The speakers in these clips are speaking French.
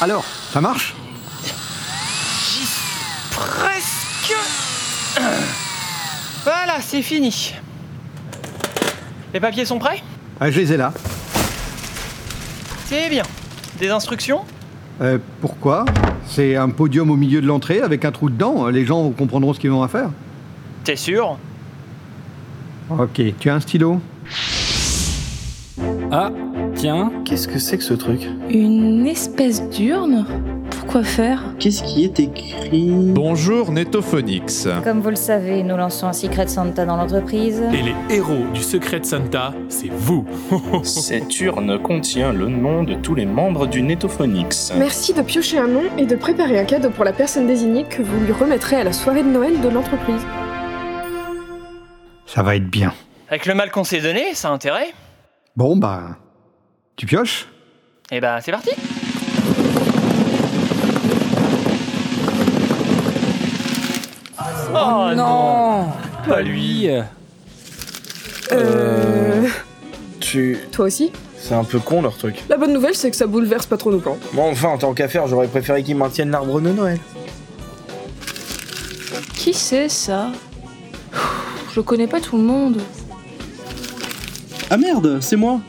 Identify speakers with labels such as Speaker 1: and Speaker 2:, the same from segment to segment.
Speaker 1: Alors, ça marche
Speaker 2: J'y suis presque. Voilà, c'est fini. Les papiers sont prêts
Speaker 1: Ah, Je les ai là.
Speaker 2: C'est bien. Des instructions
Speaker 1: Euh, pourquoi C'est un podium au milieu de l'entrée avec un trou dedans. euh, Les gens comprendront ce qu'ils vont à faire.
Speaker 2: T'es sûr
Speaker 1: Ok, tu as un stylo
Speaker 3: Ah, tiens,
Speaker 4: Qu'est-ce que c'est que ce truc
Speaker 5: Une espèce d'urne Pourquoi faire
Speaker 4: Qu'est-ce qui est écrit
Speaker 6: Bonjour Netophonix.
Speaker 7: Comme vous le savez, nous lançons un Secret Santa dans l'entreprise.
Speaker 8: Et les héros du secret de Santa, c'est vous.
Speaker 4: Cette urne contient le nom de tous les membres du Netophonix.
Speaker 9: Merci de piocher un nom et de préparer un cadeau pour la personne désignée que vous lui remettrez à la soirée de Noël de l'entreprise.
Speaker 1: Ça va être bien.
Speaker 2: Avec le mal qu'on s'est donné, ça a intérêt
Speaker 1: Bon, bah. Tu pioches
Speaker 2: Eh ben, c'est parti Oh non
Speaker 3: Ah pas lui.
Speaker 9: Euh.
Speaker 10: Tu.
Speaker 9: Toi aussi
Speaker 10: C'est un peu con leur truc.
Speaker 9: La bonne nouvelle, c'est que ça bouleverse pas trop nos plans.
Speaker 10: Bon, enfin, en tant qu'affaire, j'aurais préféré qu'ils maintiennent l'arbre de Noël.
Speaker 5: Qui c'est ça Je connais pas tout le monde.
Speaker 4: Ah merde, c'est moi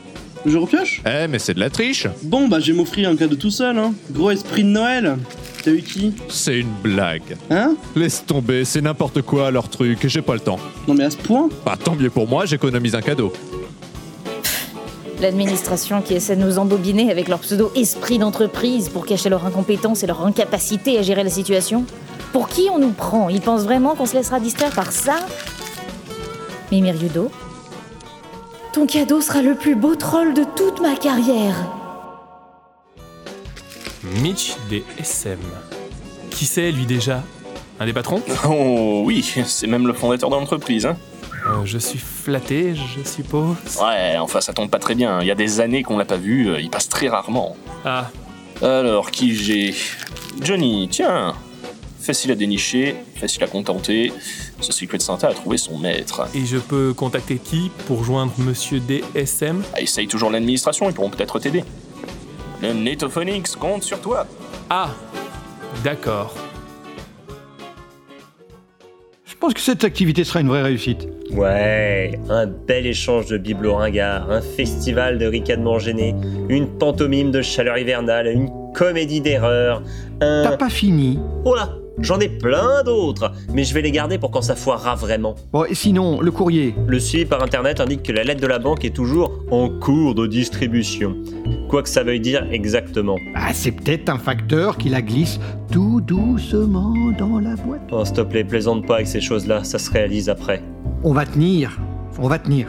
Speaker 4: Je repioche
Speaker 6: Eh, mais c'est de la triche.
Speaker 4: Bon, bah, je vais m'offrir un cadeau tout seul, hein. Gros esprit de Noël T'as eu qui
Speaker 6: C'est une blague.
Speaker 4: Hein
Speaker 6: Laisse tomber, c'est n'importe quoi leur truc, j'ai pas le temps.
Speaker 4: Non, mais à ce point
Speaker 6: Bah tant mieux pour moi, j'économise un cadeau.
Speaker 7: L'administration qui essaie de nous embobiner avec leur pseudo esprit d'entreprise pour cacher leur incompétence et leur incapacité à gérer la situation. Pour qui on nous prend Ils pensent vraiment qu'on se laissera distraire par ça Mais Miryudo, ton cadeau sera le plus beau troll de toute ma carrière.
Speaker 8: Mitch des SM. Qui c'est lui déjà Un des patrons
Speaker 10: Oh oui, c'est même le fondateur de l'entreprise, hein.
Speaker 8: Euh, Je suis flatté, je suppose.
Speaker 10: Ouais, enfin, ça tombe pas très bien. Il y a des années qu'on l'a pas vu, euh, il passe très rarement.
Speaker 8: Ah,
Speaker 10: Alors, qui j'ai Johnny, tiens Facile à dénicher, facile à contenter. Ce Secret Santa a trouvé son maître.
Speaker 8: et je peux contacter qui pour joindre Monsieur DSM
Speaker 10: Ah, essaye toujours l'administration, ils pourront peut-être t'aider. Le Netophonix compte sur toi.
Speaker 8: Ah, d'accord.
Speaker 1: Je pense que cette activité sera une vraie réussite.
Speaker 11: Ouais, un bel échange de bibelots ringards, un festival de ricanements gênés, une pantomime de chaleur hivernale, une comédie d'erreur,
Speaker 1: T'as
Speaker 11: un...
Speaker 1: pas fini
Speaker 11: Oh là J'en ai plein d'autres, mais je vais les garder pour quand ça foirera vraiment.
Speaker 1: Bon, et sinon, le courrier.
Speaker 11: Le suivi par internet indique que la lettre de la banque est toujours en cours de distribution. Quoi que ça veuille dire exactement.
Speaker 1: Ah, c'est peut-être un facteur qui la glisse tout doucement dans la boîte.
Speaker 11: Oh, s'il te plaît, plaisante pas avec ces choses-là, ça se réalise après.
Speaker 1: On va tenir. On va tenir.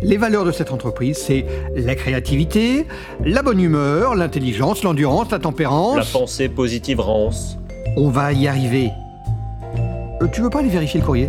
Speaker 1: Les valeurs de cette entreprise, c'est la créativité, la bonne humeur, l'intelligence, l'endurance, la
Speaker 11: La
Speaker 1: tempérance.
Speaker 11: pensée positive rance.
Speaker 1: On va y arriver. Euh, tu veux pas aller vérifier le courrier